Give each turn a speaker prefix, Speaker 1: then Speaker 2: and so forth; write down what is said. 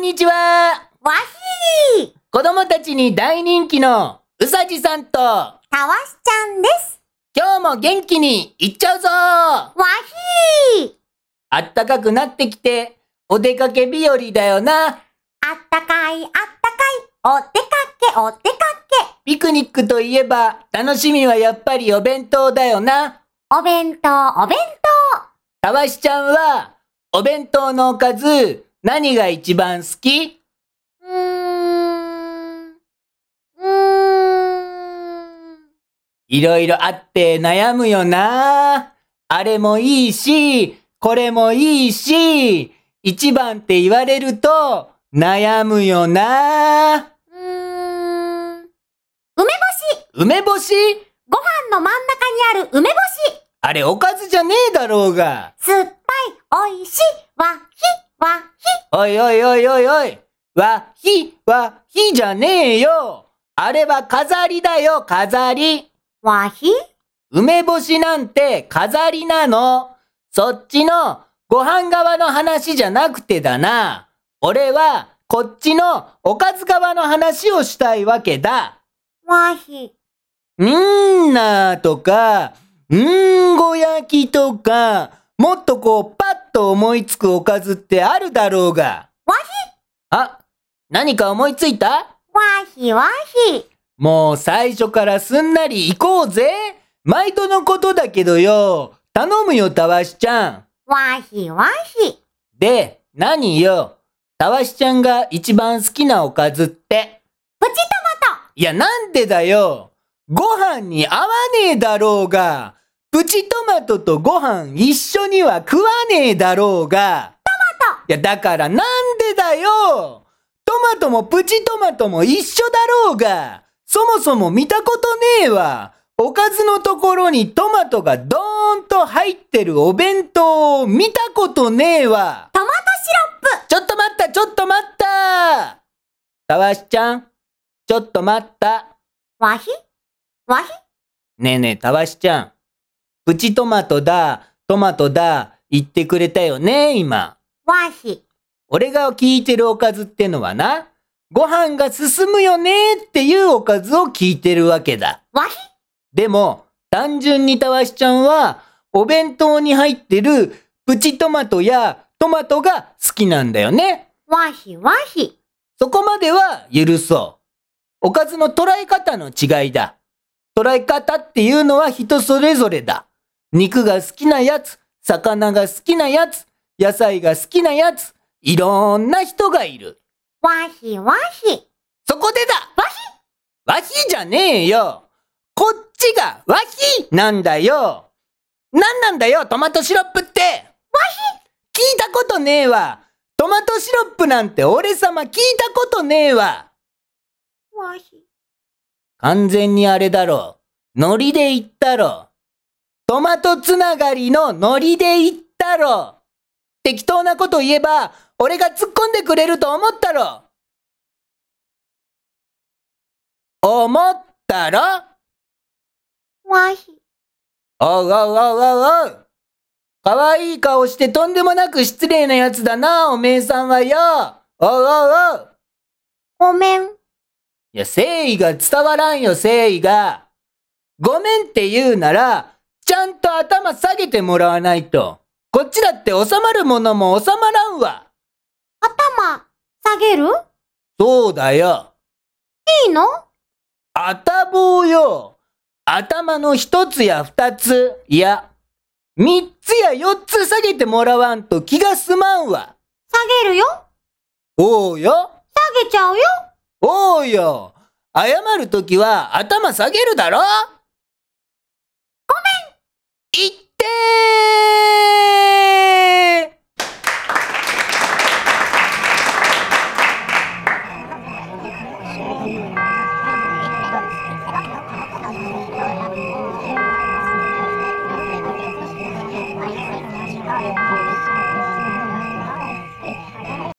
Speaker 1: にちは
Speaker 2: わひー
Speaker 1: 子供たちに大人気のうさじさんと
Speaker 2: たわしちゃんです
Speaker 1: 今日も元気にいっちゃうぞ
Speaker 2: わひー
Speaker 1: あったかくなってきてお出かけ日和だよな
Speaker 2: あったかいあったかいお出かけお出かけ
Speaker 1: ピクニックといえば楽しみはやっぱりお弁当だよな
Speaker 2: お弁当お弁
Speaker 1: たわしちゃんはお弁当のおかず何が一番好き
Speaker 2: 当うーんうーん
Speaker 1: いろいろあって悩むよな。あれもいいし、これもいいし、一番って言われると悩むよな。
Speaker 2: うーん梅干し
Speaker 1: 梅干し
Speaker 2: ご飯の真ん中にある梅干し
Speaker 1: あれおかずじゃねえだろうが。
Speaker 2: 酸っぱいおいしいわひわひ
Speaker 1: おいおいおいおいおい。わ、ひ、わ、ひじゃねえよ。あれは飾りだよ、飾り。
Speaker 2: わひ
Speaker 1: 梅干しなんて飾りなの。そっちのご飯側の話じゃなくてだな。俺はこっちのおかず側の話をしたいわけだ。
Speaker 2: わひ
Speaker 1: うーんなーとか、うーんご焼きとか、もっとこうパッと思いつくおかずってあるだろうが。
Speaker 2: わ
Speaker 1: あ、何か思いついた
Speaker 2: わひわひ
Speaker 1: もう最初からすんなり行こうぜ毎度のことだけどよ頼むよ、たわしちゃん
Speaker 2: わひわひ
Speaker 1: で、何よたわしちゃんが一番好きなおかずって。
Speaker 2: プチトマト
Speaker 1: いや、なんでだよご飯に合わねえだろうがプチトマトとご飯一緒には食わねえだろうがトマトいや、だからなんでだよトマトもプチトマトも一緒だろうがそもそも見たことねえわおかずのところにトマトがドーンと入ってるお弁当を見たことねえわ
Speaker 2: トマトシロップ
Speaker 1: ちょっと待った、ちょっと待ったたわしちゃん、ちょっと待った。
Speaker 2: わひわひ
Speaker 1: ねえねえ、たわしちゃん。プチトマトだ、トマトだ、言ってくれたよね、今。
Speaker 2: わひ
Speaker 1: 俺が聞いてるおかずってのはな、ご飯が進むよねっていうおかずを聞いてるわけだ。
Speaker 2: わひ
Speaker 1: でも、単純にたわしちゃんは、お弁当に入ってるプチトマトやトマトが好きなんだよね。
Speaker 2: わひわひ
Speaker 1: そこまでは許そう。おかずの捉え方の違いだ。捉え方っていうのは人それぞれだ。肉が好きなやつ、魚が好きなやつ、野菜が好きなやつ、いろんな人がいる。
Speaker 2: わひわひ
Speaker 1: そこでだわひわひじゃねえよこっちがわひなんだよなんなんだよトマトシロップってわひ聞いたことねえわトマトシロップなんて俺様聞いたことねえわ
Speaker 2: わひ
Speaker 1: 完全にあれだろう。ノリで言ったろ。トマトつながりのノリで言ったろ。適当なこと言えば、俺が突っ込んでくれると思ったろ。思ったろ
Speaker 2: わひ
Speaker 1: おうおうおうおうおう。かわいい顔してとんでもなく失礼なやつだな、おめえさんはよ。おうおうおう。
Speaker 2: ごめん
Speaker 1: いや、誠意が伝わらんよ、誠意が。ごめんって言うなら、ちゃんと頭下げてもらわないと。こっちだって収まるものも収まらんわ。
Speaker 2: 頭下げる
Speaker 1: そうだよ。
Speaker 2: いいの
Speaker 1: 頭棒よ。頭の一つや二つ、いや、三つや四つ下げてもらわんと気が済まんわ。
Speaker 2: 下げるよ
Speaker 1: おうよ。
Speaker 2: 下げちゃうよ
Speaker 1: おうよ。謝るときは頭下げるだろごめん言ってー
Speaker 3: 「